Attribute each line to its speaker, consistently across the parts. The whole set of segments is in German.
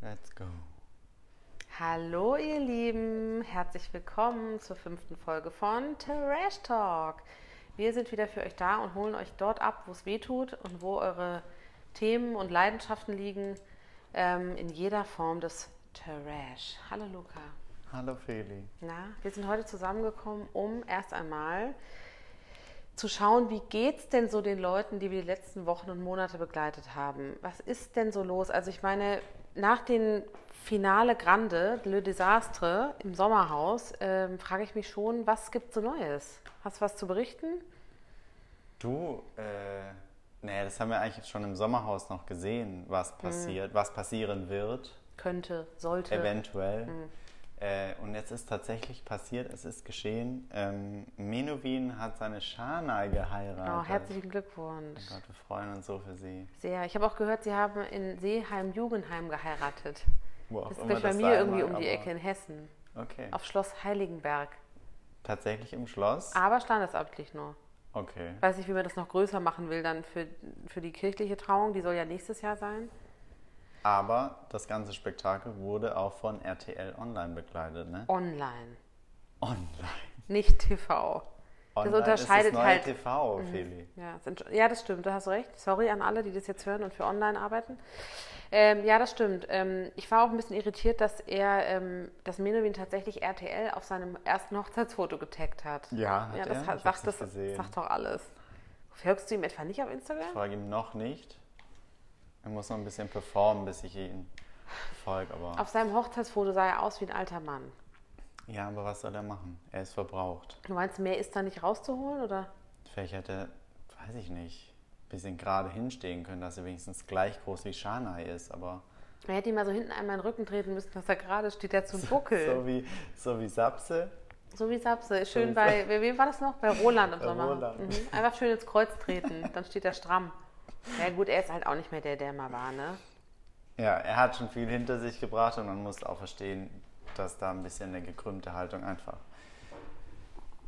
Speaker 1: Let's go.
Speaker 2: Hallo ihr Lieben, herzlich willkommen zur fünften Folge von Trash Talk. Wir sind wieder für euch da und holen euch dort ab, wo es weh tut und wo eure Themen und Leidenschaften liegen, ähm, in jeder Form des Trash. Hallo Luca.
Speaker 1: Hallo Feli.
Speaker 2: Na, wir sind heute zusammengekommen, um erst einmal zu schauen, wie geht's denn so den Leuten, die wir die letzten Wochen und Monate begleitet haben? Was ist denn so los? Also ich meine, nach dem Finale Grande, Le Desastre im Sommerhaus, ähm, frage ich mich schon, was gibt's so Neues? Hast du was zu berichten?
Speaker 1: Du, äh, nee, das haben wir eigentlich schon im Sommerhaus noch gesehen,
Speaker 2: Mhm.
Speaker 1: was passiert, was passieren wird,
Speaker 2: Könnte, sollte.
Speaker 1: eventuell.
Speaker 2: mhm.
Speaker 1: Äh, und jetzt ist tatsächlich passiert, es ist geschehen. Ähm, Menuhin hat seine Schanai geheiratet.
Speaker 2: Oh, herzlichen
Speaker 1: Mein
Speaker 2: Glückwunsch.
Speaker 1: Ah, Oh Gott, wir freuen uns so für sie.
Speaker 2: Sehr. Ich habe auch gehört, Sie haben in Seeheim Jugendheim geheiratet.
Speaker 1: Wo auch
Speaker 2: Das ist
Speaker 1: immer
Speaker 2: gleich bei
Speaker 1: das
Speaker 2: mir
Speaker 1: sein
Speaker 2: irgendwie
Speaker 1: mag,
Speaker 2: um die
Speaker 1: aber-
Speaker 2: Ecke in Hessen.
Speaker 1: Okay.
Speaker 2: Auf Ah. Schloss Heiligenberg.
Speaker 1: Tatsächlich im Schloss?
Speaker 2: Aber standesamtlich nur.
Speaker 1: Okay.
Speaker 2: Weiß nicht, wie man das noch größer machen will dann für, für die kirchliche Trauung. Die soll ja nächstes Jahr sein.
Speaker 1: Aber das ganze Spektakel wurde auch von RTL Online begleitet, ne?
Speaker 2: Oh. Online,
Speaker 1: Online.
Speaker 2: nicht TV.
Speaker 1: Online
Speaker 2: unterscheidet
Speaker 1: ist das neue
Speaker 2: halt-
Speaker 1: TV, Feli.
Speaker 2: Ja, das entsch- ja, das stimmt, da hast du recht. Sorry an alle, die das jetzt hören und für online arbeiten. Ähm, ja, das stimmt. Ähm, ich war auch ein bisschen irritiert, dass er, ähm, dass Menowin tatsächlich RTL auf seinem ersten Hochzeitsfoto getaggt hat.
Speaker 1: Ja, hat
Speaker 2: ja
Speaker 1: er?
Speaker 2: das,
Speaker 1: Ich hab's
Speaker 2: hat, sagt, das
Speaker 1: nicht gesehen.
Speaker 2: sagt doch alles. Folgst du ihm etwa nicht auf Instagram?
Speaker 1: folge ihm noch nicht. Er muss noch ein bisschen performen, bis ich ihn folge. Aber
Speaker 2: Auf seinem Hochzeitsfoto sah er aus wie ein alter Mann.
Speaker 1: ja, aber was soll er machen? Er ist verbraucht.
Speaker 2: Du meinst, mehr ist da nicht rauszuholen oder?
Speaker 1: Vielleicht hätte er, weiß ich nicht, ein bisschen gerade hinstehen können, dass er wenigstens gleich groß wie Shanai ist. Aber
Speaker 2: Man hätte ihm mal so hinten einmal in den Rücken treten müssen, dass er gerade steht, der zum Buckel.
Speaker 1: so wie, so wie Sapse.
Speaker 2: So wie Sapse. Schön
Speaker 1: wie
Speaker 2: bei, bei, wem war das noch? Bei Roland im
Speaker 1: Bei
Speaker 2: Sommer.
Speaker 1: Roland.
Speaker 2: Mhm. Einfach schön ins Kreuz treten, dann steht er stramm. Ja gut, er ist halt auch nicht mehr der, der er mal war, ne?
Speaker 1: Ja, er hat schon viel hinter sich gebracht und man muss auch verstehen, dass da ein bisschen eine gekrümmte Haltung einfach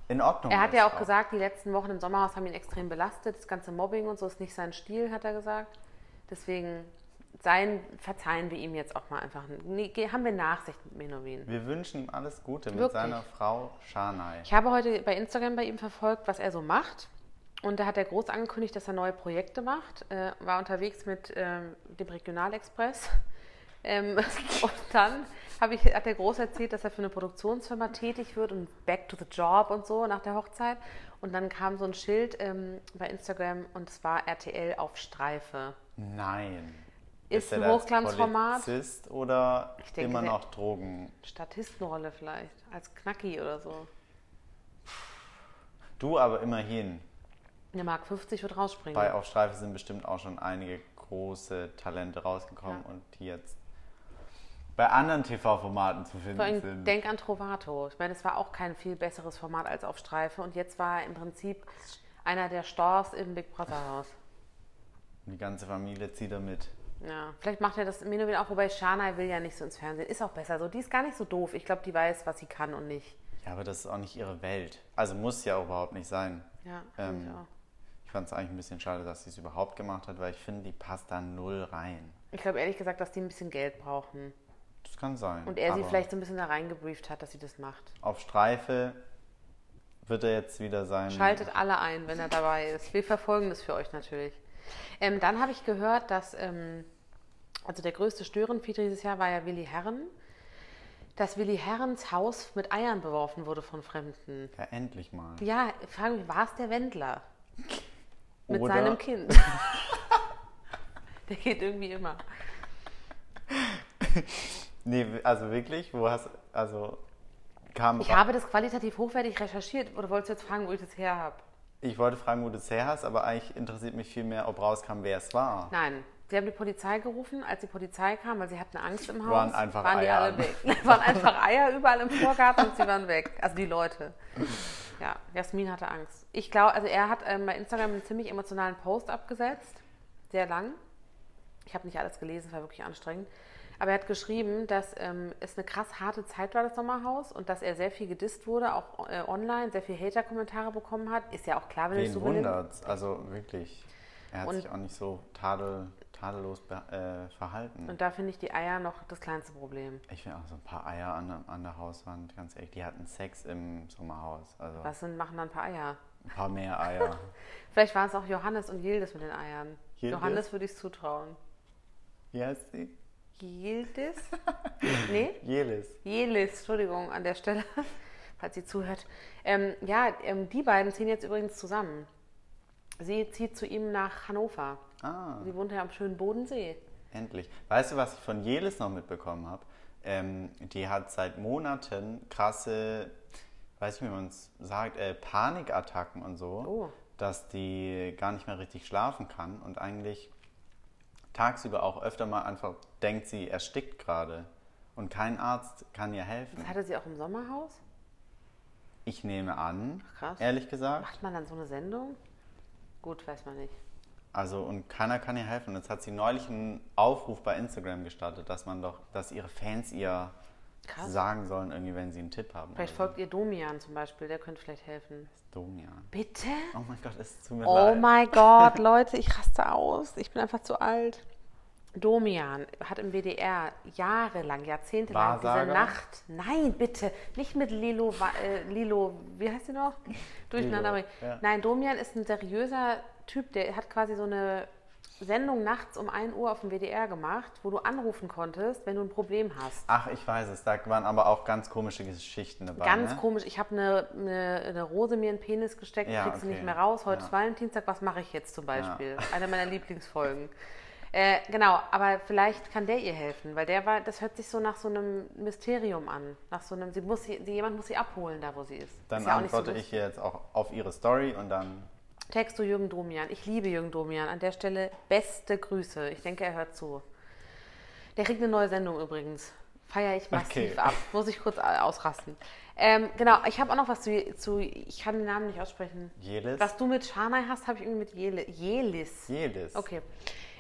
Speaker 1: in Ordnung Oh, ist.
Speaker 2: Er hat ja auch gesagt, die letzten Wochen im Sommerhaus haben ihn extrem belastet. Das ganze Mobbing und so ist nicht sein Stil, hat er gesagt. Deswegen sein, verzeihen wir ihm jetzt auch mal einfach. Nee, ge- haben wir Nachsicht mit Menowin.
Speaker 1: Wir wünschen ihm alles Gute mit
Speaker 2: Wirklich.
Speaker 1: seiner Frau Shanai.
Speaker 2: Ich habe heute bei Instagram bei ihm verfolgt, was er so macht. Und da hat er groß angekündigt, dass er neue Projekte macht. Äh, war unterwegs mit ähm, dem Regionalexpress. Ähm, und dann habe ich, hat er groß erzählt, dass er für eine Produktionsfirma tätig wird und back to the job und so nach der Hochzeit. Und dann kam so ein Schild ähm, bei Instagram und es war RTL auf Streife.
Speaker 1: Nein.
Speaker 2: Ist
Speaker 1: er
Speaker 2: ein
Speaker 1: da als
Speaker 2: Hochglanzformat?
Speaker 1: Polizist oder
Speaker 2: Ich denke,
Speaker 1: immer
Speaker 2: der-
Speaker 1: noch Drogen?
Speaker 2: Statistenrolle vielleicht, als Knacki oder so.
Speaker 1: Du aber immerhin.
Speaker 2: Der Mark 50 wird rausspringen.
Speaker 1: Bei Auf Streife sind bestimmt auch schon einige große Talente rausgekommen
Speaker 2: Ja.
Speaker 1: und die jetzt bei anderen TV-Formaten zu
Speaker 2: Vor
Speaker 1: finden
Speaker 2: allem
Speaker 1: sind.
Speaker 2: denk an Trovato. Ich meine, es war auch kein viel besseres Format als auf Streife. Und jetzt war er im Prinzip einer der Stars im Big Brother Haus.
Speaker 1: Die ganze Familie zieht da mit.
Speaker 2: Ja, vielleicht macht er das Menowin auch, wobei Shana will ja nicht so ins Fernsehen. Ist auch besser so. Die ist gar nicht so doof. Ich glaube, die weiß, was sie kann und nicht.
Speaker 1: Ja, aber das ist auch nicht ihre Welt. Also muss ja überhaupt nicht sein.
Speaker 2: Ja,
Speaker 1: Ähm,
Speaker 2: finde ich auch.
Speaker 1: Ich fand es eigentlich ein bisschen schade, dass sie es überhaupt gemacht hat, weil ich finde, die passt da null rein.
Speaker 2: Ich glaube ehrlich gesagt, dass die ein bisschen Geld brauchen.
Speaker 1: Das kann sein.
Speaker 2: Und er sie
Speaker 1: aber-
Speaker 2: vielleicht so ein bisschen da reingebrieft hat, dass sie das macht.
Speaker 1: auf Streife wird er jetzt wieder sein.
Speaker 2: Schaltet alle ein, wenn er dabei ist. Wir verfolgen das für euch natürlich. Ähm, dann habe ich gehört, dass ähm, also der größte Störenfried dieses Jahr war ja Willi Herren, dass Willi Herrens Haus mit Eiern beworfen wurde von Fremden.
Speaker 1: Ja, endlich mal.
Speaker 2: Ja, ich frage mich, war es der Wendler mit
Speaker 1: Oder-
Speaker 2: seinem Kind? der geht irgendwie immer.
Speaker 1: Nee, also wirklich, wo hast also kam
Speaker 2: Ich habe das qualitativ hochwertig recherchiert. Oder wolltest du jetzt fragen, wo ich das her habe?
Speaker 1: ich wollte fragen, wo du es her hast, aber eigentlich interessiert mich viel mehr, ob rauskam, wer es war.
Speaker 2: Nein, sie haben die Polizei gerufen. Als die Polizei kam, weil sie hatten Angst im Haus,
Speaker 1: Waren einfach
Speaker 2: waren die
Speaker 1: Eier.
Speaker 2: alle weg. waren einfach Eier überall im Vorgarten und sie waren weg. Also die Leute. Ja, Jasmin hatte Angst. Ich glaube, also er hat ähm, bei Instagram einen ziemlich emotionalen Post abgesetzt. Sehr lang. Ich habe nicht alles gelesen, es war wirklich anstrengend. Aber er hat geschrieben, dass ähm, es eine krass harte Zeit war, das Sommerhaus, und dass er sehr viel gedisst wurde, auch äh, online, sehr viel Hater-Kommentare bekommen hat. Ist ja auch klar, wenn du
Speaker 1: Wen
Speaker 2: so
Speaker 1: wundert's? Also wirklich. Er hat
Speaker 2: Und-
Speaker 1: sich auch nicht so tadel, tadellos be- äh, verhalten.
Speaker 2: Und da finde ich die Eier noch das kleinste Problem.
Speaker 1: Ich finde auch so ein paar Eier an, der- an der Hauswand, ganz ehrlich, die hatten Sex im Sommerhaus. Also
Speaker 2: Was sind, machen dann ein paar Eier?
Speaker 1: ein paar mehr Eier.
Speaker 2: Vielleicht waren es auch Johannes und Yildiz mit den Eiern.
Speaker 1: Yildiz?
Speaker 2: Johannes würde ich es zutrauen.
Speaker 1: Wie heißt sie?
Speaker 2: Yildiz? nee?
Speaker 1: Jelis.
Speaker 2: Jelis, Entschuldigung, an der Stelle, falls sie zuhört. Ähm, ja, ähm, die beiden ziehen jetzt übrigens zusammen. Sie zieht zu ihm nach Hannover.
Speaker 1: Ah,
Speaker 2: Sie wohnt ja am schönen Bodensee.
Speaker 1: endlich. Weißt du, was ich von Jelis noch mitbekommen habe? Ähm, die hat seit Monaten krasse, weiß ich nicht, wie man es sagt, äh, Panikattacken und so,
Speaker 2: Oh.
Speaker 1: dass die gar nicht mehr richtig schlafen kann und eigentlich tagsüber auch öfter mal einfach denkt, sie erstickt gerade. Und kein Arzt kann ihr helfen.
Speaker 2: Das hatte sie auch im Sommerhaus.
Speaker 1: Ich nehme an,
Speaker 2: krass.
Speaker 1: ehrlich gesagt.
Speaker 2: Macht man dann so eine Sendung? Gut, weiß man nicht.
Speaker 1: Also und keiner kann ihr helfen. Jetzt hat sie neulich einen Aufruf bei Instagram gestartet, dass man doch, dass ihre Fans ihr
Speaker 2: Krass.
Speaker 1: sagen sollen, irgendwie, wenn sie einen Tipp haben. Also
Speaker 2: Ah. Vielleicht
Speaker 1: oder
Speaker 2: folgt ihr Domian zum Beispiel, der könnte vielleicht helfen.
Speaker 1: so. Domian.
Speaker 2: Bitte?
Speaker 1: Oh mein Gott, es tut mir
Speaker 2: Oh
Speaker 1: leid.
Speaker 2: mein Gott, Leute, ich raste aus. Ich bin einfach zu alt. Domian hat im WDR jahrelang, jahrzehntelang diese
Speaker 1: Wahrsager?
Speaker 2: Nacht. Nein, bitte, nicht mit Lilo, Wa- äh, Lilo wie heißt sie noch? Durcheinander.
Speaker 1: Lilo,
Speaker 2: bringen.
Speaker 1: ja.
Speaker 2: Nein, Domian ist ein seriöser Typ, der hat quasi so eine Sendung nachts um 1 Uhr auf dem WDR gemacht, wo du anrufen konntest, wenn du ein Problem hast.
Speaker 1: Ach, ich weiß es. Da waren aber auch ganz komische Geschichten dabei.
Speaker 2: Ganz
Speaker 1: ne?
Speaker 2: komisch. Ich habe eine, eine, eine Rose mir in den Penis gesteckt,
Speaker 1: Ja,
Speaker 2: krieg sie
Speaker 1: okay.
Speaker 2: nicht mehr raus. Heute
Speaker 1: Ja.
Speaker 2: ist Valentinstag, was mache ich jetzt zum Beispiel? Eine meiner Lieblingsfolgen. Äh, genau, aber vielleicht kann der ihr helfen, weil der war, das hört sich so nach so einem Mysterium an. Nach so einem, sie muss sie, jemand muss sie abholen, da wo sie ist.
Speaker 1: Dann
Speaker 2: ist ja auch nicht so
Speaker 1: antworte ich ihr jetzt auch auf ihre Story und dann.
Speaker 2: Text du Jürgen Domian. Ich liebe Jürgen Domian. An der Stelle beste Grüße. Ich denke, er hört zu. Der kriegt eine neue Sendung übrigens. Feiere ich massiv
Speaker 1: Okay.
Speaker 2: ab. Muss ich kurz a- ausrasten. Ähm, genau, ich habe auch noch was zu, zu. Ich kann den Namen nicht aussprechen.
Speaker 1: Jelis.
Speaker 2: Was du mit Schanai hast, habe ich irgendwie mit Jele, Jelis.
Speaker 1: Jelis.
Speaker 2: Okay.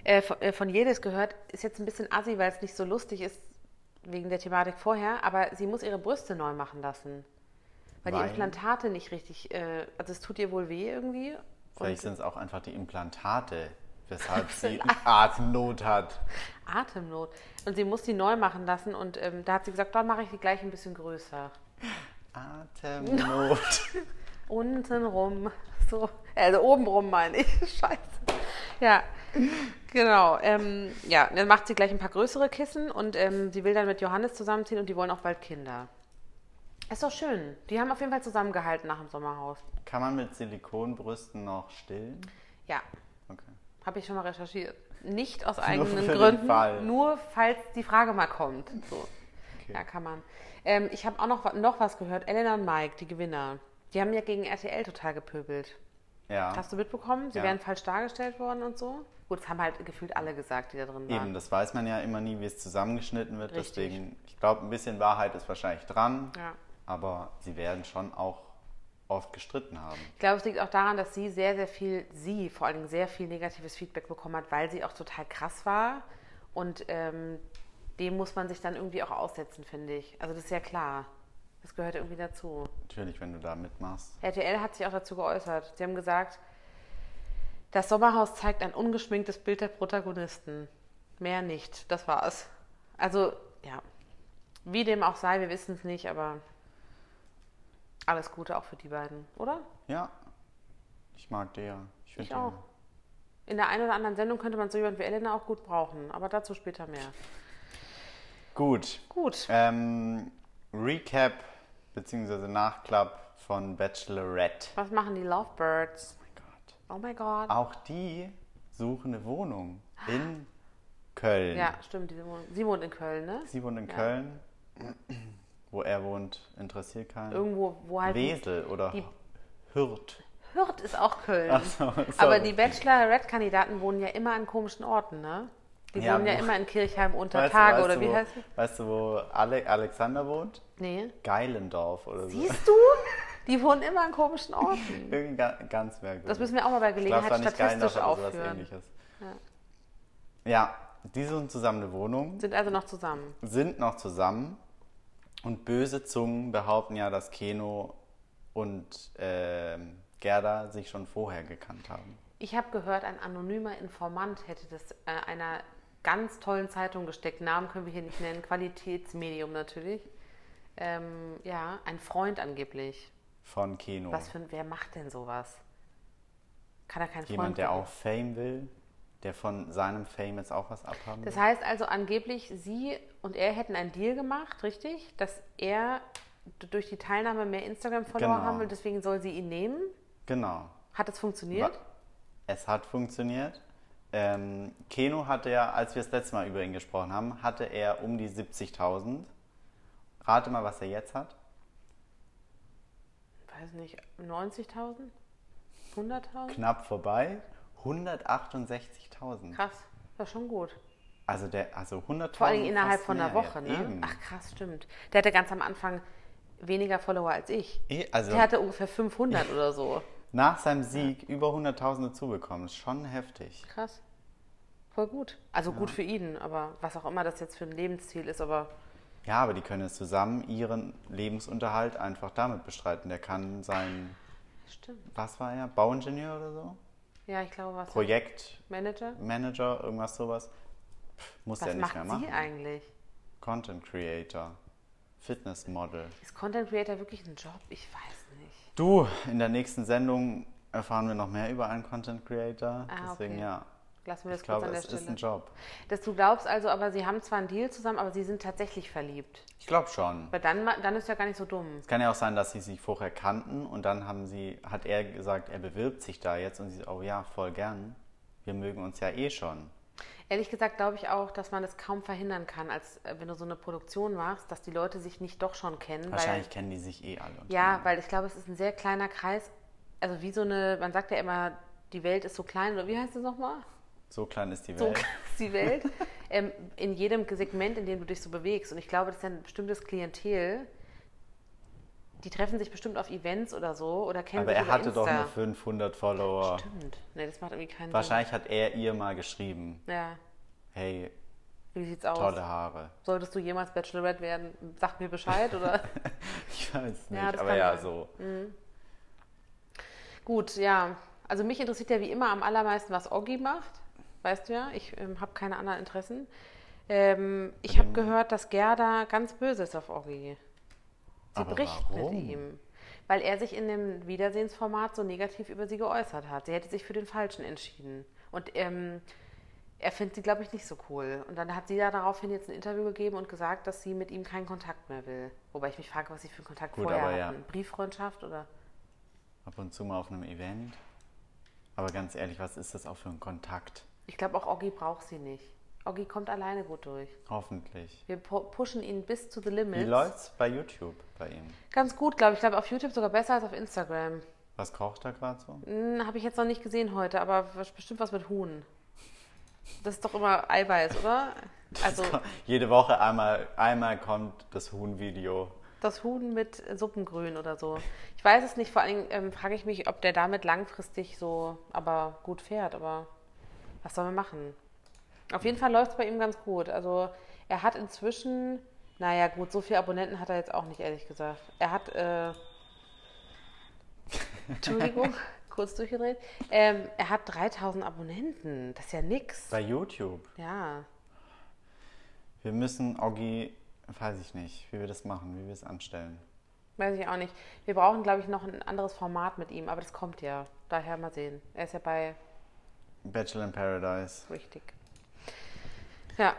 Speaker 2: Äh, von, äh, von Jelis gehört, ist jetzt ein bisschen assi, weil es nicht so lustig ist wegen der Thematik vorher, aber sie muss ihre Brüste neu machen lassen. Weil,
Speaker 1: Weil?
Speaker 2: die Implantate nicht richtig, äh, also es tut ihr wohl weh irgendwie.
Speaker 1: Vielleicht
Speaker 2: und
Speaker 1: sind es auch einfach die Implantate, weshalb sie Atemnot hat.
Speaker 2: Atemnot. Und sie muss die neu machen lassen und ähm, da hat sie gesagt, dann mache ich die gleich ein bisschen größer.
Speaker 1: Atemnot.
Speaker 2: Untenrum. So. Also obenrum meine ich. Scheiße. Ja. Genau. Ähm, ja, dann macht sie gleich ein paar größere Kissen und ähm, sie will dann mit Johannes zusammenziehen und die wollen auch bald Kinder. Ist doch schön. Die haben auf jeden Fall zusammengehalten nach dem Sommerhaus.
Speaker 1: Kann man mit Silikonbrüsten noch stillen?
Speaker 2: Ja,
Speaker 1: Okay.
Speaker 2: habe ich schon mal recherchiert. Nicht aus eigenen
Speaker 1: für den
Speaker 2: Gründen,
Speaker 1: Fall.
Speaker 2: nur falls die Frage mal kommt. So.
Speaker 1: Okay.
Speaker 2: Ja, kann man. Ähm, ich habe auch noch, wa- noch was gehört. Elena und Mike, die Gewinner, die haben ja gegen RTL total gepöbelt.
Speaker 1: Ja,
Speaker 2: Hast du mitbekommen? Sie
Speaker 1: Ja.
Speaker 2: wären falsch dargestellt worden und so? Gut, das haben halt gefühlt alle gesagt, die da drin waren.
Speaker 1: eben, das weiß man ja immer nie, wie es zusammengeschnitten wird.
Speaker 2: Richtig.
Speaker 1: Deswegen, ich glaube, ein bisschen Wahrheit ist wahrscheinlich dran,
Speaker 2: Ja.
Speaker 1: aber sie werden schon auch oft gestritten haben.
Speaker 2: Ich glaube, es liegt auch daran, dass sie sehr, sehr viel, sie vor allen Dingen sehr viel negatives Feedback bekommen hat, weil sie auch total krass war. Und ähm, dem muss man sich dann irgendwie auch aussetzen, finde ich. Also das ist ja klar. Das gehört irgendwie dazu.
Speaker 1: Natürlich, wenn du da mitmachst.
Speaker 2: RTL hat sich auch dazu geäußert. Sie haben gesagt, das Sommerhaus zeigt ein ungeschminktes Bild der Protagonisten. Mehr nicht. Das war's. Also, ja. Wie dem auch sei, wir wissen es nicht, aber alles Gute auch für die beiden, oder?
Speaker 1: Ja, ich mag die ja. Ich, find
Speaker 2: Ich
Speaker 1: die
Speaker 2: auch. In der einen oder anderen Sendung könnte man so jemanden wie Elena auch gut brauchen, aber dazu später mehr.
Speaker 1: Gut.
Speaker 2: Gut.
Speaker 1: Ähm, Recap bzw. Nachklapp von Bachelorette.
Speaker 2: Was machen die Lovebirds?
Speaker 1: Oh mein Gott.
Speaker 2: Oh mein Gott.
Speaker 1: Auch die suchen eine Wohnung in Köln.
Speaker 2: Ja, stimmt. diese Wohnung- Sie wohnt in Köln, ne?
Speaker 1: Sie wohnt in
Speaker 2: Ja.
Speaker 1: Köln. Wo er wohnt, interessiert keinen.
Speaker 2: Irgendwo, wo halt
Speaker 1: Wesel oder
Speaker 2: die-
Speaker 1: Hürth.
Speaker 2: Hürth ist auch Köln.
Speaker 1: Ach so,
Speaker 2: Aber
Speaker 1: sorry.
Speaker 2: die Bachelor-Red-Kandidaten wohnen ja immer an komischen Orten, ne? Die
Speaker 1: Ja,
Speaker 2: wohnen ja
Speaker 1: wo-
Speaker 2: immer in Kirchheim unter
Speaker 1: Weißt du-
Speaker 2: Tage
Speaker 1: weißt
Speaker 2: oder
Speaker 1: du,
Speaker 2: wie
Speaker 1: wo,
Speaker 2: heißt es?
Speaker 1: Weißt du, wo Ale Alexander wohnt?
Speaker 2: Nee.
Speaker 1: Geilendorf oder so.
Speaker 2: Siehst du? Die wohnen immer an komischen Orten.
Speaker 1: Irgendwie ga ganz merkwürdig.
Speaker 2: Das müssen wir auch mal bei
Speaker 1: Ich glaub, es
Speaker 2: Gelegenheit
Speaker 1: war nicht
Speaker 2: statistisch
Speaker 1: Geilendorf, aber sowas
Speaker 2: aufführen.
Speaker 1: ähnliches. Ja. ja, die suchen zusammen eine Wohnung,
Speaker 2: Sind also noch zusammen.
Speaker 1: sind noch zusammen und böse Zungen behaupten ja, dass Keno und ähm, Gerda sich schon vorher gekannt haben.
Speaker 2: Ich habe gehört, ein anonymer Informant hätte das äh, einer ganz tollen Zeitung gesteckt. Namen können wir hier nicht nennen, Qualitätsmedium natürlich. Ähm, ja, ein Freund angeblich.
Speaker 1: Von Kino.
Speaker 2: Was für ein, wer macht denn sowas? Kann er kein Freund
Speaker 1: Jemand, der
Speaker 2: werden?
Speaker 1: auch Fame will, der von seinem Fame jetzt auch was abhaben
Speaker 2: Das
Speaker 1: will.
Speaker 2: heißt also angeblich, sie und er hätten einen Deal gemacht, richtig? Dass er d- durch die Teilnahme mehr Instagram-Follower
Speaker 1: Genau.
Speaker 2: haben will, deswegen soll sie ihn nehmen.
Speaker 1: Genau.
Speaker 2: Hat das funktioniert?
Speaker 1: Wa- Es hat funktioniert. Ähm, Keno hatte ja, als wir das letzte Mal über ihn gesprochen haben, hatte er um die 70.000. Rate mal, was er jetzt hat.
Speaker 2: Weiß nicht, 90.000? 100.000?
Speaker 1: Knapp vorbei. 168.000.
Speaker 2: Krass, das ist schon gut.
Speaker 1: Also, der, also 100.000.
Speaker 2: Vor allen Dingen innerhalb
Speaker 1: fast
Speaker 2: von einer
Speaker 1: mehr
Speaker 2: Woche,
Speaker 1: jetzt.
Speaker 2: ne?
Speaker 1: Eben.
Speaker 2: Ach krass, stimmt. Der hatte ganz am Anfang weniger Follower als ich.
Speaker 1: Eh, also-
Speaker 2: Der hatte ungefähr 500 oder so.
Speaker 1: Nach seinem Sieg über 100.000 dazubekommen. Ist schon heftig.
Speaker 2: Krass. Voll gut. Also gut für ihn, aber was auch immer das jetzt für ein Lebensziel ist, aber
Speaker 1: Ja, aber die können jetzt zusammen ihren Lebensunterhalt einfach damit bestreiten. Der kann sein,
Speaker 2: stimmt.
Speaker 1: was war er? Bauingenieur oder so?
Speaker 2: Ja, ich glaube, was
Speaker 1: Projekt.
Speaker 2: Manager?
Speaker 1: Manager, irgendwas sowas. Pff, Muss
Speaker 2: Was
Speaker 1: er nicht
Speaker 2: macht
Speaker 1: mehr
Speaker 2: sie
Speaker 1: machen.
Speaker 2: eigentlich?
Speaker 1: Content Creator, Fitness Model.
Speaker 2: Ist Content Creator wirklich ein Job? Ich weiß nicht.
Speaker 1: Du, in der nächsten Sendung erfahren wir noch mehr über einen Content Creator.
Speaker 2: Ah,
Speaker 1: Deswegen
Speaker 2: okay.
Speaker 1: ja.
Speaker 2: Lassen wir das
Speaker 1: Ich
Speaker 2: kurz
Speaker 1: glaube,
Speaker 2: an der
Speaker 1: es ist ein
Speaker 2: Stelle.
Speaker 1: Job.
Speaker 2: Dass du glaubst also, aber sie haben zwar einen Deal zusammen, aber sie sind tatsächlich verliebt.
Speaker 1: Ich glaube schon.
Speaker 2: Aber dann, ma- dann ist ja gar nicht so dumm.
Speaker 1: Es kann ja auch sein, dass sie sich vorher kannten und dann haben sie, hat er gesagt, er bewirbt sich da jetzt und sie so, oh ja, voll gern. Wir mögen uns ja eh schon.
Speaker 2: Ehrlich gesagt glaube ich auch, dass man das kaum verhindern kann, als äh, wenn du so eine Produktion machst, dass die Leute sich nicht doch schon kennen.
Speaker 1: Wahrscheinlich kennen die sich eh alle.
Speaker 2: Weil, ja, weil ich glaube, es ist ein sehr kleiner Kreis. Also wie so eine, man sagt ja immer, die Welt ist so klein, oder wie heißt es nochmal?
Speaker 1: So klein ist die
Speaker 2: So
Speaker 1: Welt.
Speaker 2: klein ist die Welt. ähm, in jedem Segment, in dem du dich so bewegst. Und ich glaube, das ist ja ein bestimmtes Klientel. Die treffen sich bestimmt auf Events oder so oder kennen
Speaker 1: Aber
Speaker 2: sich
Speaker 1: er
Speaker 2: über
Speaker 1: hatte
Speaker 2: Insta.
Speaker 1: doch nur 500 Follower.
Speaker 2: Stimmt. Nee, das macht irgendwie keinen
Speaker 1: Wahrscheinlich hat er ihr mal geschrieben,
Speaker 2: Sinn. Ja.
Speaker 1: hey,
Speaker 2: Wie sieht's aus?
Speaker 1: tolle Haare.
Speaker 2: Solltest du jemals Bachelorette werden? Sag mir Bescheid oder
Speaker 1: Ich weiß nicht,
Speaker 2: Ja, das
Speaker 1: aber
Speaker 2: kann
Speaker 1: ja,
Speaker 2: sein.
Speaker 1: so.
Speaker 2: Gut, ja. Also mich interessiert ja wie immer am allermeisten, was Oggi macht. Weißt du ja, ich ähm, habe keine anderen Interessen. Ähm, ich habe gehört, dass Gerda ganz böse ist auf Oggi. Sie
Speaker 1: Aber
Speaker 2: bricht
Speaker 1: warum?
Speaker 2: mit ihm. Weil er sich in dem Wiedersehensformat so negativ über sie geäußert hat. Sie hätte sich für den Falschen entschieden. Und ähm, er findet sie, glaube ich, nicht so cool. Und dann hat sie ja daraufhin jetzt ein Interview gegeben und gesagt, dass sie mit ihm keinen Kontakt mehr will. Wobei ich mich frage, was sie für einen Kontakt
Speaker 1: Gut,
Speaker 2: vorher
Speaker 1: aber ja.
Speaker 2: hatten. Brieffreundschaft oder?
Speaker 1: Ab und zu mal auf einem Event. Aber ganz ehrlich, was ist das auch für ein Kontakt?
Speaker 2: Ich glaube, auch Oggi braucht sie nicht. Oggi kommt alleine gut durch.
Speaker 1: Hoffentlich.
Speaker 2: Wir pu- pushen ihn bis to the
Speaker 1: Wie
Speaker 2: limits.
Speaker 1: läuft's bei YouTube bei ihm?
Speaker 2: Ganz gut, glaube ich. Ich glaube, auf YouTube sogar besser als auf Instagram.
Speaker 1: Was kocht er gerade so?
Speaker 2: Hm, Habe ich jetzt noch nicht gesehen heute, aber was- bestimmt was mit Huhn. Das ist doch immer Eiweiß, oder? Also
Speaker 1: Es kommt- Jede Woche einmal, einmal kommt das Huhn-Video.
Speaker 2: das Huhn mit Suppengrün oder so. Ich weiß es nicht. Vor allen Dingen ähm, frage ich mich, ob der damit langfristig so aber gut fährt. Aber was soll man machen? Auf jeden Fall läuft es bei ihm ganz gut. Also er hat inzwischen, naja gut, so viele Abonnenten hat er jetzt auch nicht, ehrlich gesagt. Er hat, äh, Entschuldigung, kurz durchgedreht, ähm, er hat 3000 Abonnenten. Das ist ja nix.
Speaker 1: Bei YouTube.
Speaker 2: Ja,
Speaker 1: Wir müssen Oggi, weiß ich nicht, wie wir das machen, wie wir es anstellen.
Speaker 2: weiß ich auch nicht. Wir brauchen, glaube ich, noch ein anderes Format mit ihm, aber das kommt ja. Daher mal sehen. Er ist ja bei
Speaker 1: Bachelor in Paradise.
Speaker 2: richtig. Ja,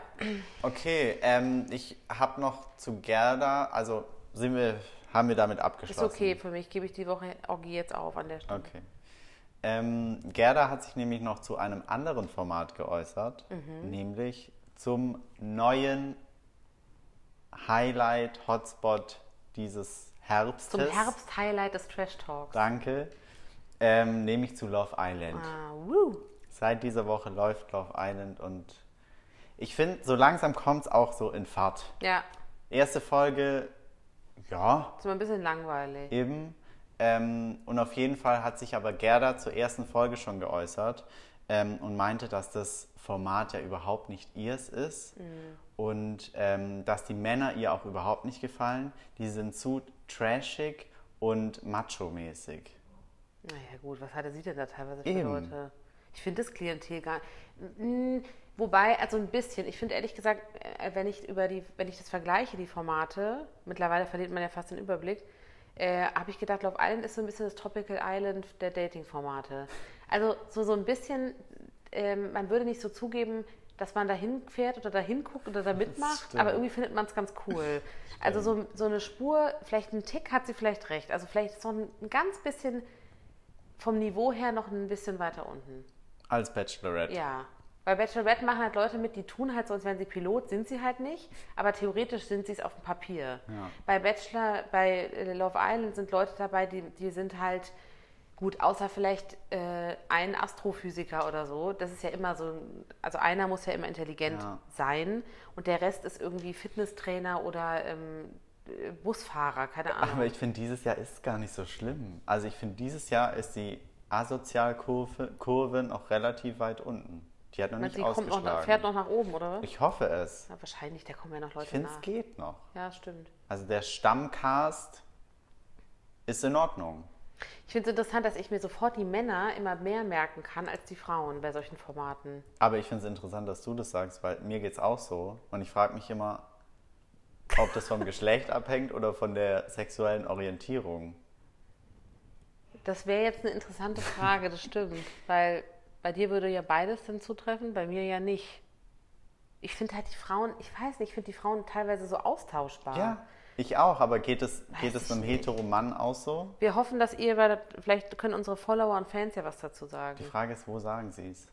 Speaker 1: Okay, ähm, ich habe noch zu Gerda, also sind wir, haben wir damit
Speaker 2: ist
Speaker 1: abgeschlossen.
Speaker 2: okay für mich. Gebe ich die Woche Orgi jetzt auf an der Stelle.
Speaker 1: Okay. Ähm, Gerda hat sich nämlich noch zu einem anderen Format geäußert,
Speaker 2: Mhm.
Speaker 1: nämlich zum neuen Highlight-Hotspot dieses Herbstes.
Speaker 2: Zum Herbst-Highlight des Trash Talks.
Speaker 1: Danke. Ähm, nämlich zu Love Island.
Speaker 2: Ah, woo.
Speaker 1: Seit dieser Woche läuft Love Island und ich finde, so langsam kommt es auch so in Fahrt.
Speaker 2: Ja,
Speaker 1: Erste Folge, ja,
Speaker 2: ist immer ein bisschen langweilig.
Speaker 1: Eben. Ähm, und auf jeden Fall hat sich aber Gerda zur ersten Folge schon geäußert ähm, und meinte, dass das Format ja überhaupt nicht ihrs ist
Speaker 2: Mhm.
Speaker 1: und ähm, dass die Männer ihr auch überhaupt nicht gefallen. Die sind zu trashig und macho-mäßig.
Speaker 2: Naja, gut, was hatte sie denn da teilweise für
Speaker 1: Eben.
Speaker 2: Leute? Ich finde das Klientel gar nicht. Mm, Wobei, also ein bisschen. Ich finde ehrlich gesagt, äh, wenn ich, über die, wenn ich das vergleiche, die Formate, mittlerweile verliert man ja fast den Überblick, äh, habe ich gedacht, Love Island ist so ein bisschen das Tropical Island der Dating-Formate. Also so, so ein bisschen, ähm, man würde nicht so zugeben, dass man da hinfährt oder da hinguckt oder da mitmacht,
Speaker 1: stimmt.
Speaker 2: aber irgendwie findet man es ganz cool. Also so, so eine Spur, vielleicht ein Tick hat sie vielleicht recht. Also vielleicht ist noch ein, ein ganz bisschen vom Niveau her noch ein bisschen weiter unten.
Speaker 1: Als Bachelorette.
Speaker 2: Ja. Bei Bachelorette machen halt Leute mit, die tun halt so, als wären sie Pilot, sind sie halt nicht, aber theoretisch sind sie es auf dem Papier.
Speaker 1: Ja.
Speaker 2: Bei Bachelor, bei äh, Love Island sind Leute dabei, die, die sind halt gut, außer vielleicht äh, ein Astrophysiker oder so. Das ist ja immer so, ein- also einer muss ja immer intelligent
Speaker 1: Ja.
Speaker 2: sein und der Rest ist irgendwie Fitnesstrainer oder ähm, äh, Busfahrer, keine Ahnung.
Speaker 1: Aber ich finde, dieses Jahr ist gar nicht so schlimm. Also ich finde, dieses Jahr ist die Asozialkurve Kurve noch relativ weit unten. Die hat noch
Speaker 2: Meinst
Speaker 1: nicht
Speaker 2: du, die kommt
Speaker 1: ausgeschlagen.
Speaker 2: noch, fährt noch nach oben, oder? was?
Speaker 1: ich hoffe es.
Speaker 2: Ja, wahrscheinlich, da kommen ja noch
Speaker 1: Ich
Speaker 2: Leute
Speaker 1: finde, es
Speaker 2: nach.
Speaker 1: geht noch.
Speaker 2: Ja, stimmt.
Speaker 1: Also der Stammcast ist in Ordnung.
Speaker 2: Ich finde es interessant, dass ich mir sofort die Männer immer mehr merken kann als die Frauen bei solchen Formaten.
Speaker 1: Aber ich finde es interessant, dass du das sagst, weil mir geht es auch so. Und ich frage mich immer, ob das vom Geschlecht abhängt oder von der sexuellen Orientierung.
Speaker 2: Das wäre jetzt eine interessante Frage, das stimmt. Weil bei dir würde ja beides dann zutreffen, bei mir ja nicht. Ich finde halt die Frauen, ich weiß nicht, ich finde die Frauen teilweise so austauschbar.
Speaker 1: Ja, ich auch. Aber geht es, geht
Speaker 2: Weiß
Speaker 1: es einem
Speaker 2: ich nicht.
Speaker 1: Heteromann auch so?
Speaker 2: Wir hoffen, dass ihr, bei der, vielleicht können unsere Follower und Fans ja was dazu
Speaker 1: Die
Speaker 2: sagen.
Speaker 1: Frage ist, wo sagen sie es?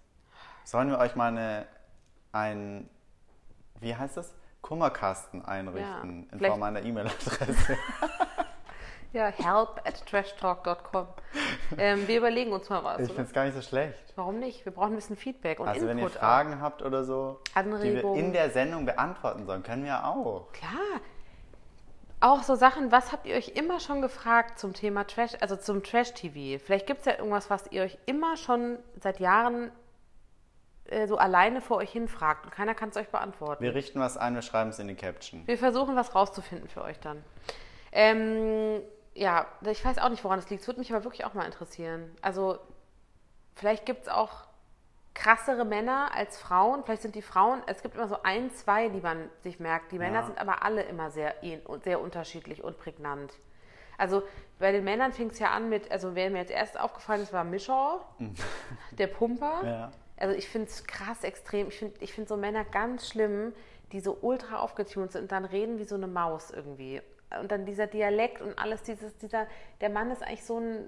Speaker 1: Sollen wir euch mal eine, ein, wie heißt das? Kummerkasten einrichten in
Speaker 2: vielleicht-
Speaker 1: Form einer E-Mail-Adresse.
Speaker 2: Ja, help at trashtalk.com. ähm, wir überlegen uns mal was.
Speaker 1: Ich
Speaker 2: Oder?
Speaker 1: finde es gar nicht so schlecht.
Speaker 2: Warum nicht? Wir brauchen ein bisschen Feedback und
Speaker 1: Also wenn ihr
Speaker 2: Input. auch.
Speaker 1: Fragen habt oder so, die wir
Speaker 2: Anregungen.
Speaker 1: in der Sendung beantworten sollen, können wir auch.
Speaker 2: Klar. Auch so Sachen, was habt ihr euch immer schon gefragt zum Thema Trash, also zum Trash-TV? Vielleicht gibt es ja irgendwas, was ihr euch immer schon seit Jahren äh, so alleine vor euch hin fragt und keiner kann es euch beantworten.
Speaker 1: Wir richten was ein, wir schreiben es in die Caption.
Speaker 2: Wir versuchen, was rauszufinden für euch dann. Ähm, ja, ich weiß auch nicht, woran es liegt. Es würde mich aber wirklich auch mal interessieren. Also, vielleicht gibt es auch krassere Männer als Frauen. Vielleicht sind die Frauen, es gibt immer so ein, zwei, die man sich merkt. Die Männer
Speaker 1: Ja.
Speaker 2: sind aber alle immer sehr, ähn- und sehr unterschiedlich und prägnant. Also bei den Männern fing es ja an mit, also wer mir jetzt erst aufgefallen ist, war Mischau, der Pumper.
Speaker 1: Mhm. Ja.
Speaker 2: Also ich finde es krass extrem. Ich finde ich find so Männer ganz schlimm, die so ultra aufgetunt sind und dann reden wie so eine Maus irgendwie. Und dann dieser Dialekt und alles, dieses, dieser, der Mann ist eigentlich so ein,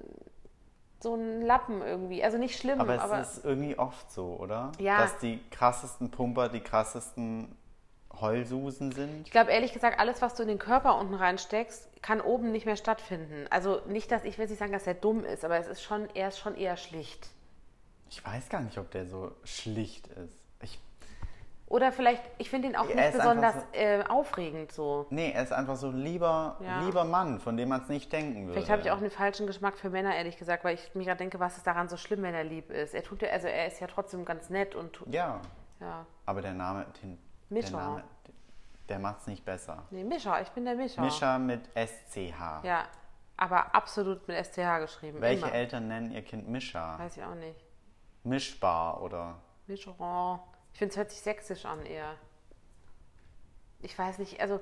Speaker 2: so ein Lappen irgendwie. Also nicht schlimm,
Speaker 1: Aber
Speaker 2: aber,
Speaker 1: es ist irgendwie oft so, oder?
Speaker 2: Ja.
Speaker 1: Dass die krassesten Pumper die krassesten Heulsusen sind.
Speaker 2: ich glaube ehrlich gesagt, alles, was du in den Körper unten reinsteckst, kann oben nicht mehr stattfinden. Also nicht, dass ich will nicht sagen, dass er dumm ist, aber es ist schon, er ist schon eher schlicht.
Speaker 1: Ich weiß gar nicht, ob der so schlicht ist. Ich,
Speaker 2: Oder vielleicht, ich finde ihn auch
Speaker 1: Er
Speaker 2: nicht
Speaker 1: ist einfach
Speaker 2: besonders
Speaker 1: so-
Speaker 2: äh, aufregend so.
Speaker 1: nee, er ist einfach so ein lieber,
Speaker 2: Ja.
Speaker 1: lieber Mann, von dem man es nicht denken würde.
Speaker 2: Vielleicht habe ich auch einen falschen Geschmack für Männer, ehrlich gesagt, weil ich mir gerade denke, was ist daran so schlimm, wenn er lieb ist? Er tut ja, also er ist ja trotzdem ganz nett und tu-
Speaker 1: Ja,
Speaker 2: ja.
Speaker 1: aber der Name, den, der
Speaker 2: Mischa.
Speaker 1: Name, der macht es nicht besser.
Speaker 2: Nee, Mischa, ich bin der Mischa.
Speaker 1: Mischa mit SCH.
Speaker 2: Ja, aber absolut mit STH geschrieben.
Speaker 1: Welche
Speaker 2: immer.
Speaker 1: Eltern nennen ihr Kind Mischa?
Speaker 2: Weiß ich auch nicht.
Speaker 1: Mischbar oder?
Speaker 2: Mischa. Ich finde, es hört sich sächsisch an eher. Ich weiß nicht, also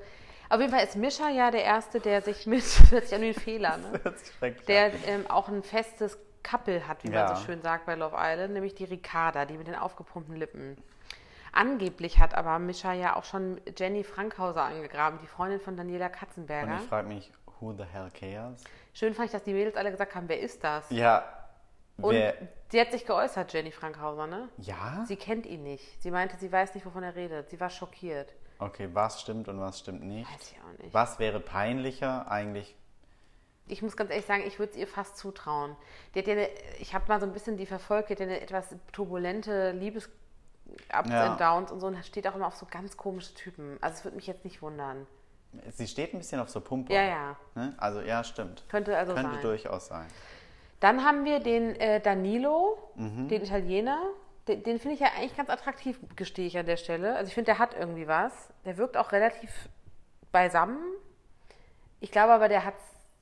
Speaker 2: auf jeden Fall ist Mischa ja der Erste, der sich mit, hört sich an wie ein Fehler, ne?
Speaker 1: Das ist schrecklich.
Speaker 2: der ähm, auch ein festes Couple hat, wie
Speaker 1: Ja.
Speaker 2: man so schön sagt bei Love Island, nämlich die Ricarda, die mit den aufgepumpten Lippen. Angeblich hat aber Mischa ja auch schon Jenny Frankhauser angegraben, die Freundin von Daniela
Speaker 1: Und
Speaker 2: Katzenberger.
Speaker 1: ich frage mich, who the hell cares?
Speaker 2: Schön fand ich, dass die Mädels alle gesagt haben, wer ist das?
Speaker 1: Ja,
Speaker 2: Und
Speaker 1: wer,
Speaker 2: sie hat sich geäußert, Jenny Frankhauser, ne?
Speaker 1: ja?
Speaker 2: Sie kennt ihn nicht. Sie meinte, sie weiß nicht, wovon er redet. Sie war schockiert.
Speaker 1: Okay, was stimmt und was stimmt nicht?
Speaker 2: Weiß ich auch nicht.
Speaker 1: Was wäre peinlicher eigentlich?
Speaker 2: Ich muss ganz ehrlich sagen, ich würde es ihr fast zutrauen. Die hat ja eine, ich habe mal so ein bisschen die verfolgt, die hat ja eine etwas turbulente Liebes Ups
Speaker 1: Ja.
Speaker 2: and Downs und so und steht auch immer auf so ganz komische Typen. Also es würde mich jetzt nicht wundern.
Speaker 1: Sie steht ein bisschen auf so Pumpe.
Speaker 2: Ja, ja.
Speaker 1: Ne? Also ja, stimmt.
Speaker 2: Könnte also
Speaker 1: Könnte
Speaker 2: sein.
Speaker 1: durchaus sein.
Speaker 2: Dann haben wir den äh, Danilo,
Speaker 1: Mhm.
Speaker 2: den Italiener. Den, den finde ich ja eigentlich ganz attraktiv, gestehe ich an der Stelle. Also ich finde, der hat irgendwie was. Der wirkt auch relativ beisammen. Ich glaube aber, der hat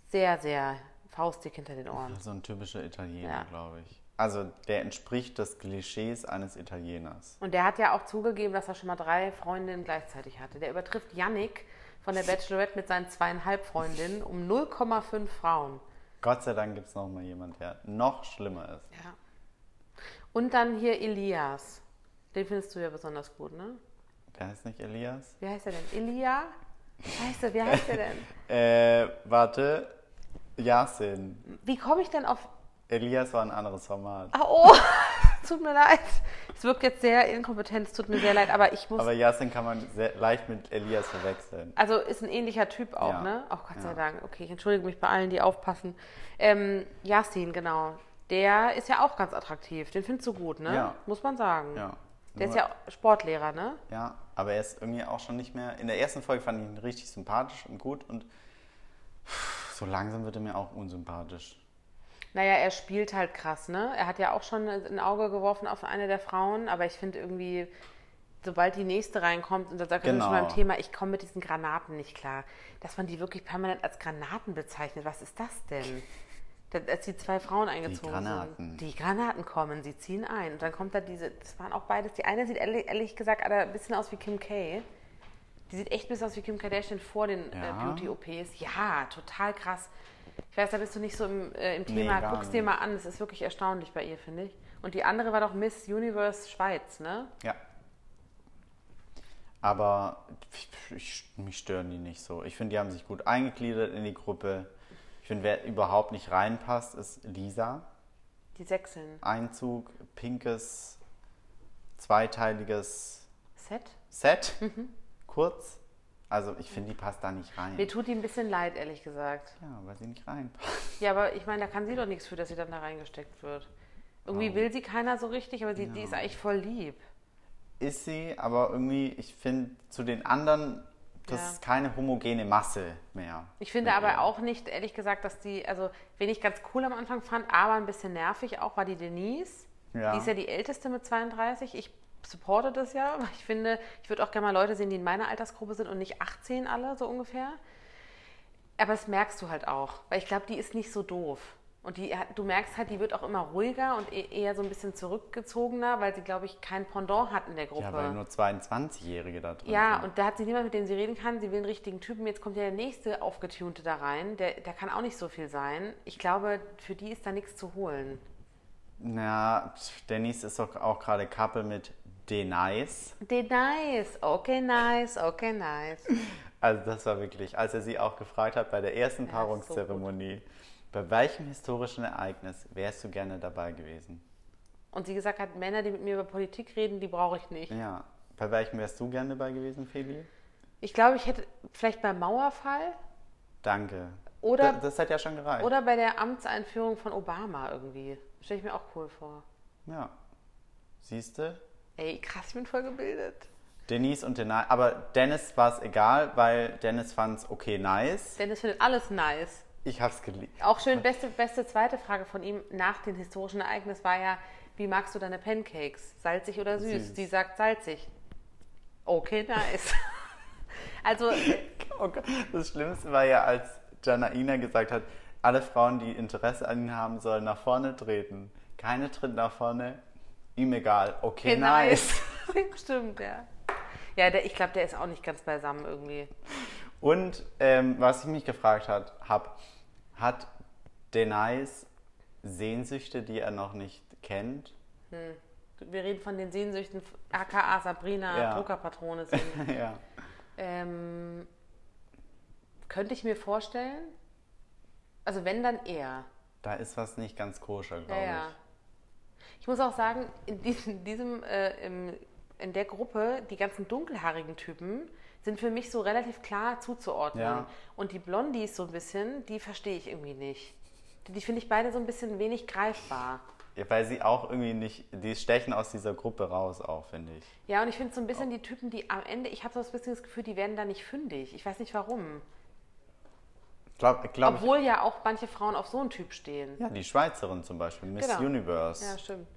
Speaker 2: sehr, sehr faustig hinter den Ohren.
Speaker 1: So ein typischer Italiener,
Speaker 2: Ja.
Speaker 1: glaube ich. also der entspricht des Klischees eines Italieners.
Speaker 2: Und der hat ja auch zugegeben, dass er schon mal drei Freundinnen gleichzeitig hatte. Der übertrifft Yannick von der Bachelorette mit seinen zweieinhalb Freundinnen um 0,5 Frauen.
Speaker 1: Gott sei Dank gibt es noch mal jemand, der noch schlimmer ist.
Speaker 2: Ja. Und dann hier Elias. Den findest du ja besonders gut, ne?
Speaker 1: Der heißt nicht Elias?
Speaker 2: Wie heißt er denn? Elia? Scheiße, wie heißt er denn?
Speaker 1: Äh, warte. Yasin.
Speaker 2: Wie komme ich denn auf.
Speaker 1: Elias war ein anderes Format.
Speaker 2: Ah, Oh, tut mir leid. Es wirkt jetzt sehr inkompetent, es tut mir sehr leid, aber ich muss.
Speaker 1: Aber Yasin kann man sehr leicht mit Elias verwechseln.
Speaker 2: also ist ein ähnlicher Typ auch,
Speaker 1: Ja.
Speaker 2: ne? Auch Gott sei
Speaker 1: Ja.
Speaker 2: Dank. Okay, ich entschuldige mich bei allen, die aufpassen. Ähm, Yasin, genau. Der ist ja auch ganz attraktiv. Den findest du gut, ne?
Speaker 1: Ja.
Speaker 2: Muss man sagen.
Speaker 1: Ja.
Speaker 2: Der ist
Speaker 1: Nur-
Speaker 2: ja auch Sportlehrer, ne?
Speaker 1: Ja, aber er ist irgendwie auch schon nicht mehr. In der ersten Folge fand ich ihn richtig sympathisch und gut und so langsam wird er mir auch unsympathisch.
Speaker 2: Naja, er spielt halt krass, ne? Er hat ja auch schon ein Auge geworfen auf eine der Frauen, aber ich finde irgendwie, sobald die nächste reinkommt, und da sagt er
Speaker 1: Genau.
Speaker 2: schon beim Thema, ich komme mit diesen Granaten nicht klar, dass man die wirklich permanent als Granaten bezeichnet. Was ist das denn? Da- Als die zwei Frauen eingezogen
Speaker 1: Granaten.
Speaker 2: sind. Die Granaten kommen, sie ziehen ein. Und dann kommt da diese, das waren auch beides. Die eine sieht ehrlich, ehrlich gesagt alle ein bisschen aus wie Kim K. Die sieht echt ein bisschen aus wie Kim Kardashian vor den
Speaker 1: Ja.
Speaker 2: äh, Beauty-OPs. Ja, total krass. Ich weiß, da bist du nicht so im, äh, im Thema.
Speaker 1: gar
Speaker 2: Guck's dir
Speaker 1: nicht.
Speaker 2: mal an, das ist wirklich erstaunlich bei ihr, finde ich. Und die andere war doch Miss Universe Schweiz, ne?
Speaker 1: Ja. Aber ich, ich, mich stören die nicht so. Ich finde, die haben sich gut eingegliedert in die Gruppe. Ich finde, wer überhaupt nicht reinpasst, ist Lisa.
Speaker 2: Die Sechseln.
Speaker 1: Einzug, pinkes, zweiteiliges
Speaker 2: Set?
Speaker 1: Set,
Speaker 2: Mhm.
Speaker 1: kurz. Also ich finde, die passt da nicht rein.
Speaker 2: Mir tut die ein bisschen leid, ehrlich gesagt.
Speaker 1: Ja, weil sie nicht reinpasst.
Speaker 2: Ja, aber ich meine, da kann sie doch nichts für, dass sie dann da reingesteckt wird. Irgendwie will sie keiner so richtig, aber sie, die ist eigentlich voll lieb.
Speaker 1: Ist sie, aber irgendwie, ich finde, zu den anderen, das
Speaker 2: Ja.
Speaker 1: ist keine homogene Masse mehr.
Speaker 2: Ich finde
Speaker 1: mit
Speaker 2: aber
Speaker 1: ihr.
Speaker 2: auch nicht, ehrlich gesagt, dass die, also wen ich ganz cool am Anfang fand, aber ein bisschen nervig auch, war die Denise.
Speaker 1: Ja.
Speaker 2: Die ist ja die älteste mit 32. Ich supporte das ja, weil ich finde, ich würde auch gerne mal Leute sehen, die in meiner Altersgruppe sind und nicht 18 alle, so ungefähr. Aber das merkst du halt auch, weil ich glaube, die ist nicht so doof. Und die, hat- du merkst halt, die wird auch immer ruhiger und e- eher so ein bisschen zurückgezogener, weil sie, glaube ich, kein Pendant hat in der Gruppe.
Speaker 1: Ja, weil nur 22-Jährige da drin
Speaker 2: Ja,
Speaker 1: sind.
Speaker 2: und da hat sie niemand, mit dem sie reden kann. Sie will einen richtigen Typen. Jetzt kommt ja der nächste Aufgetunte da rein. Der, der kann auch nicht so viel sein. Ich glaube, für die ist da nichts zu holen.
Speaker 1: Na, Dennis ist doch auch gerade Couple mit Denise.
Speaker 2: Die nice, okay, nice, okay, nice.
Speaker 1: Also das war wirklich, als er sie auch gefragt hat bei der ersten
Speaker 2: Ja,
Speaker 1: Paarungszeremonie, bei welchem historischen Ereignis wärst du gerne dabei gewesen?
Speaker 2: Und sie gesagt hat, Männer, die mit mir über Politik reden, die brauche ich nicht.
Speaker 1: Ja, bei welchem wärst du gerne dabei gewesen, Feli?
Speaker 2: Ich glaube, ich hätte vielleicht beim Mauerfall
Speaker 1: Danke.
Speaker 2: Oder-
Speaker 1: Da- das hat ja schon gereicht.
Speaker 2: oder bei der Amtseinführung von Obama irgendwie. Stelle ich mir auch cool vor.
Speaker 1: Ja. Siehst du?
Speaker 2: Ey, krass, ich bin voll gebildet.
Speaker 1: Denise und Denise, aber Dennis war es egal, weil Dennis fand es okay, nice.
Speaker 2: Dennis findet alles nice.
Speaker 1: Ich hab's geliebt.
Speaker 2: Auch schön, beste, beste zweite Frage von ihm nach dem historischen Ereignis war ja, wie magst du deine Pancakes? Salzig oder süß?
Speaker 1: Süß.
Speaker 2: Sie sagt salzig. Okay, nice. also,
Speaker 1: Oh Gott. Das Schlimmste war ja, als Janaina gesagt hat, alle Frauen, die Interesse an ihm haben, sollen nach vorne treten. Keine tritt nach vorne. Ihm egal. Okay,
Speaker 2: okay,
Speaker 1: nice.
Speaker 2: nice. Genau. Stimmt, ja. Ja, der, ich glaube, der ist auch nicht ganz beisammen irgendwie.
Speaker 1: Und ähm, was ich mich gefragt hat, hab, hat Denise Sehnsüchte, die er noch nicht kennt?
Speaker 2: Wir reden von den Sehnsüchten, aka Sabrina,
Speaker 1: Ja.
Speaker 2: Druckerpatrone sind.
Speaker 1: ja.
Speaker 2: Ähm, könnte ich mir vorstellen? Also, wenn, dann er.
Speaker 1: Da ist was nicht ganz koscher, glaube
Speaker 2: Ja, ja.
Speaker 1: ich.
Speaker 2: Ich muss auch sagen, in diesem, diesem äh, im, in der Gruppe, die ganzen dunkelhaarigen Typen sind für mich so relativ klar zuzuordnen.
Speaker 1: Ja.
Speaker 2: Und die Blondies so ein bisschen, die verstehe ich irgendwie nicht. Die, die finde ich beide so ein bisschen wenig greifbar.
Speaker 1: Ja, weil sie auch irgendwie nicht, die stechen aus dieser Gruppe raus auch, finde ich.
Speaker 2: Ja, und ich finde so ein bisschen die Typen, die am Ende, ich habe so ein bisschen das Gefühl, die werden da nicht fündig. Ich weiß nicht warum.
Speaker 1: Glaub, glaub
Speaker 2: Obwohl ja auch manche Frauen auf so einen Typ stehen.
Speaker 1: ich, ja, die Schweizerin zum Beispiel, Miss
Speaker 2: Genau.
Speaker 1: Universe.
Speaker 2: Ja, stimmt.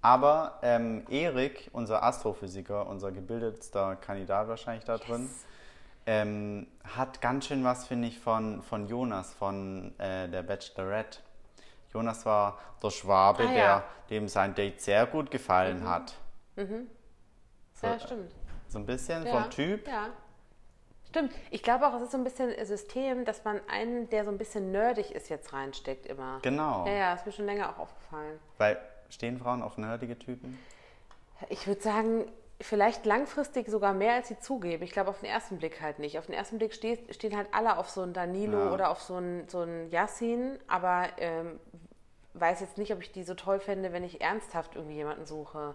Speaker 1: Aber ähm, Erik, unser Astrophysiker, unser gebildetster Kandidat wahrscheinlich da drin, ähm, hat ganz schön was, finde ich, von, von Jonas, von äh, der Bachelorette. Jonas war der Schwabe,
Speaker 2: Ah, ja. Mhm.
Speaker 1: der, dem sein Date sehr gut gefallen hat. So,
Speaker 2: Ja, stimmt.
Speaker 1: so ein bisschen
Speaker 2: Ja,
Speaker 1: vom Typ.
Speaker 2: Ja. Stimmt. Ich glaube auch, es ist so ein bisschen ein System, dass man einen, der so ein bisschen nerdig ist, jetzt reinsteckt immer.
Speaker 1: Genau.
Speaker 2: Ja, ja, ist mir schon länger auch aufgefallen.
Speaker 1: Weil stehen Frauen auf nerdige Typen?
Speaker 2: Ich würde sagen, vielleicht langfristig sogar mehr, als sie zugeben. Ich glaube, auf den ersten Blick halt nicht. Auf den ersten Blick steht, stehen halt alle auf so einen Danilo
Speaker 1: Ja.
Speaker 2: oder auf so einen, so einen Yassin, aber ähm, weiß jetzt nicht, ob ich die so toll fände, wenn ich ernsthaft irgendwie jemanden suche.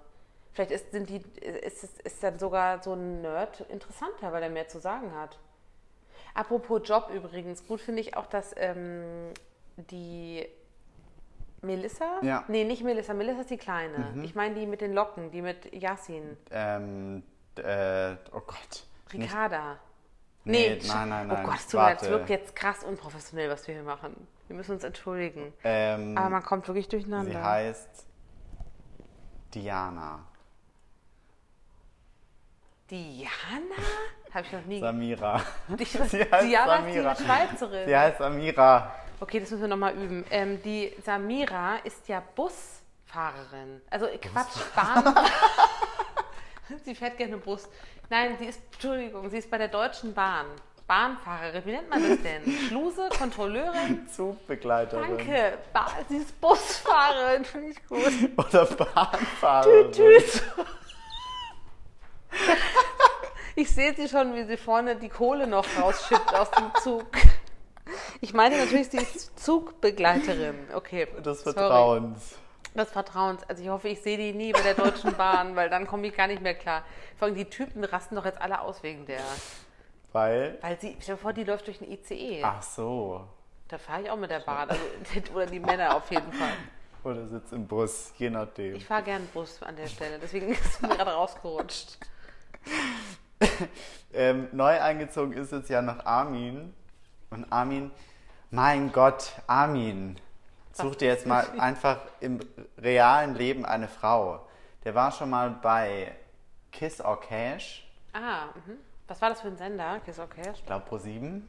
Speaker 2: Vielleicht ist, sind die, ist, ist, ist dann sogar so ein Nerd interessanter, weil er mehr zu sagen hat. Apropos Job übrigens, gut finde ich auch, dass ähm, die Melissa?
Speaker 1: Ja. Mhm.
Speaker 2: Nee, nicht Melissa. Melissa ist die Kleine. Ich meine die mit den Locken, die mit Yasin.
Speaker 1: Ähm, d- äh, oh Gott. Nicht-
Speaker 2: Ricarda.
Speaker 1: Nee, nein, nein, nein.
Speaker 2: Oh Gott, du, das
Speaker 1: Warte.
Speaker 2: wirkt jetzt krass unprofessionell, was wir hier machen. Wir müssen uns entschuldigen.
Speaker 1: Ähm,
Speaker 2: Aber man kommt wirklich durcheinander.
Speaker 1: sie heißt Diana.
Speaker 2: Diana? Habe ich noch nie.
Speaker 1: Samira.
Speaker 2: Ich-
Speaker 1: Sie heißt
Speaker 2: Diana
Speaker 1: Samira.
Speaker 2: ist die Schweizerin.
Speaker 1: Sie heißt Samira.
Speaker 2: Okay, das müssen wir nochmal üben. Ähm, die Samira ist ja Busfahrerin. Also Quatsch, Bahn. sie fährt gerne Bus. Nein, sie ist, Entschuldigung, sie ist bei der Deutschen Bahn. Bahnfahrerin, wie nennt man das denn? Schluse, Kontrolleurin?
Speaker 1: Zugbegleiterin.
Speaker 2: Danke, ba sie ist Busfahrerin, finde ich gut.
Speaker 1: Oder Bahnfahrerin.
Speaker 2: Tschüss. Ich sehe sie schon, wie sie vorne die Kohle noch rausschippt aus dem Zug. Ich meine natürlich, sie ist Zugbegleiterin. Okay.
Speaker 1: Des
Speaker 2: sorry.
Speaker 1: Vertrauens.
Speaker 2: Des Vertrauens. Also ich hoffe, ich sehe die nie bei der Deutschen Bahn, weil dann komme ich gar nicht mehr klar. Vor allem die Typen rasten doch jetzt alle aus wegen der.
Speaker 1: Weil.
Speaker 2: Weil sie, stell dir vor, die läuft durch den ICE.
Speaker 1: Ach so.
Speaker 2: Da fahre ich auch mit der Bahn. Also, oder die Männer auf jeden Fall.
Speaker 1: Oder sitzt im Bus, je nachdem.
Speaker 2: Ich fahre gern Bus an der Stelle, deswegen ist mir gerade rausgerutscht.
Speaker 1: Ähm, neu eingezogen ist jetzt ja noch Armin. Und Armin, mein Gott, Armin, such dir jetzt mal einfach im realen Leben eine Frau. Der war schon mal bei Kiss or Cash,
Speaker 2: Ah, mhm. was war das für ein Sender? Kiss okay.
Speaker 1: ich glaube Pro7,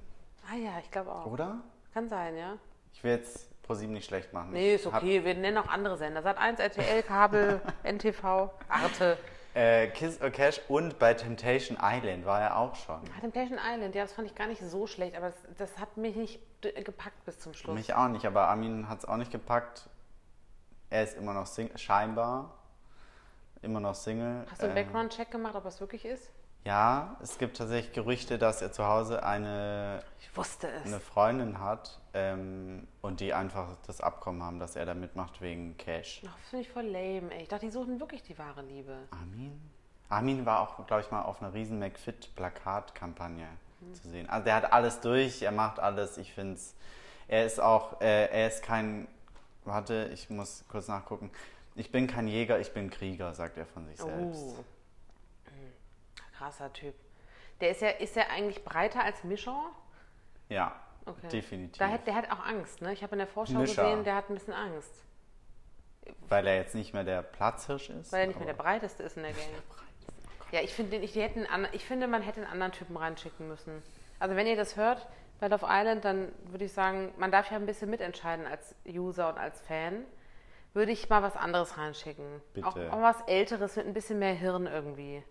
Speaker 2: Ah ja, ich glaube auch.
Speaker 1: oder?
Speaker 2: Kann sein, ja.
Speaker 1: Ich will jetzt Pro7 nicht schlecht machen.
Speaker 2: Nee,
Speaker 1: Ich
Speaker 2: ist okay. Wir nennen auch andere Sender. Sat 1, RTL, Kabel, NTV, Arte.
Speaker 1: Hab, äh, Kiss or Cash und bei Temptation Island war er auch schon.
Speaker 2: Ah, Temptation Island, ja, das fand ich gar nicht so schlecht, aber das, das hat mich nicht d- gepackt bis zum Schluss.
Speaker 1: Mich auch nicht, aber Armin hat es auch nicht gepackt. Er ist immer noch Single, scheinbar. Immer noch Single.
Speaker 2: Hast du einen
Speaker 1: Ähm,
Speaker 2: Background-Check gemacht, ob das wirklich ist?
Speaker 1: Ja, es gibt tatsächlich Gerüchte, dass er zu Hause eine,
Speaker 2: Ich wusste es.
Speaker 1: eine Freundin hat ähm, und die einfach das Abkommen haben, dass er da mitmacht wegen Cash.
Speaker 2: Ach, finde ich voll lame, ey. Ich dachte, die suchen wirklich die wahre Liebe.
Speaker 1: Armin? Armin war auch, glaube ich, mal auf einer riesen McFit-Plakatkampagne
Speaker 2: Mhm.
Speaker 1: zu sehen. Also der hat alles durch, er macht alles, ich finde es. Er ist auch, äh, er ist kein, warte, ich muss kurz nachgucken. Ich bin kein Jäger, ich bin Krieger, sagt er von sich selbst.
Speaker 2: Oh. Krasser Typ. Der ist ja, ist ja eigentlich breiter als Mischon.
Speaker 1: Ja,
Speaker 2: Okay.
Speaker 1: definitiv.
Speaker 2: Da hat, der hat auch Angst, ne? Ich habe in der Vorschau
Speaker 1: Mischer.
Speaker 2: gesehen, der hat ein bisschen Angst.
Speaker 1: Weil er jetzt nicht mehr der Platzhirsch ist.
Speaker 2: Weil er nicht mehr
Speaker 1: aber-
Speaker 2: der breiteste ist in der Gang. Ja, ich finde, ich, die hätten an- ich finde, man hätte einen anderen Typen reinschicken müssen. Also wenn ihr das hört bei Love Island, dann würde ich sagen, man darf ja ein bisschen mitentscheiden als User und als Fan. Würde ich mal was anderes reinschicken.
Speaker 1: Bitte.
Speaker 2: Auch, auch was Älteres mit ein bisschen mehr Hirn irgendwie.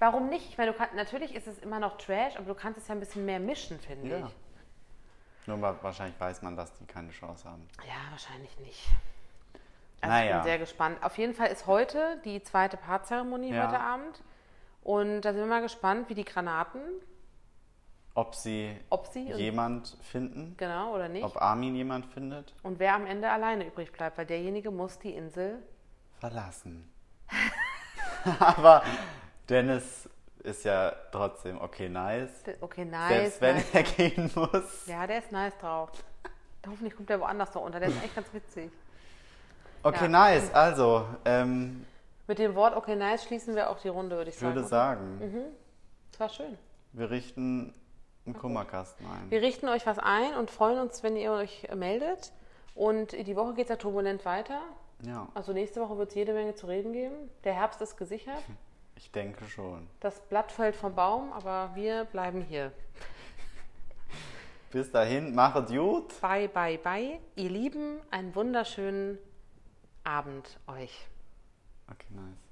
Speaker 2: Warum nicht? Ich meine, du kannst, natürlich ist es immer noch Trash, aber du kannst es ja ein bisschen mehr mischen, finde
Speaker 1: Ja.
Speaker 2: ich.
Speaker 1: Nur wa- wahrscheinlich weiß man, dass die keine Chance haben.
Speaker 2: Ja, wahrscheinlich nicht. Also ich
Speaker 1: Naja,
Speaker 2: bin sehr gespannt. Auf jeden Fall ist heute die zweite Paarzeremonie
Speaker 1: Ja.
Speaker 2: heute Abend. Und da sind wir mal gespannt, wie die Granaten,
Speaker 1: ob sie
Speaker 2: ob sie und-
Speaker 1: jemand finden,
Speaker 2: genau oder nicht.
Speaker 1: ob Armin jemand findet,
Speaker 2: Und wer am Ende alleine übrig bleibt, weil derjenige muss die Insel.
Speaker 1: verlassen. Aber Dennis ist ja trotzdem okay, nice.
Speaker 2: Okay, nice.
Speaker 1: Selbst wenn
Speaker 2: nice.
Speaker 1: er gehen muss.
Speaker 2: Ja, der ist nice drauf. Hoffentlich kommt der woanders noch unter. Der ist echt ganz witzig.
Speaker 1: Okay,
Speaker 2: Ja.
Speaker 1: nice. Also, ähm,
Speaker 2: Mit dem Wort okay, nice schließen wir auch die Runde, würde ich
Speaker 1: ich
Speaker 2: sagen.
Speaker 1: würde sagen,
Speaker 2: Mhm. Das war schön.
Speaker 1: wir richten einen Kummerkasten ein.
Speaker 2: Wir richten euch was ein und freuen uns, wenn ihr euch meldet. Und die Woche geht es ja turbulent weiter.
Speaker 1: Ja,
Speaker 2: Also nächste Woche wird es jede Menge zu reden geben. Der Herbst ist gesichert.
Speaker 1: ich denke schon.
Speaker 2: Das Blatt fällt vom Baum, aber wir bleiben hier.
Speaker 1: Bis dahin, macht's gut.
Speaker 2: Bye, bye, bye. Ihr Lieben, einen wunderschönen Abend euch.
Speaker 1: Okay, nice.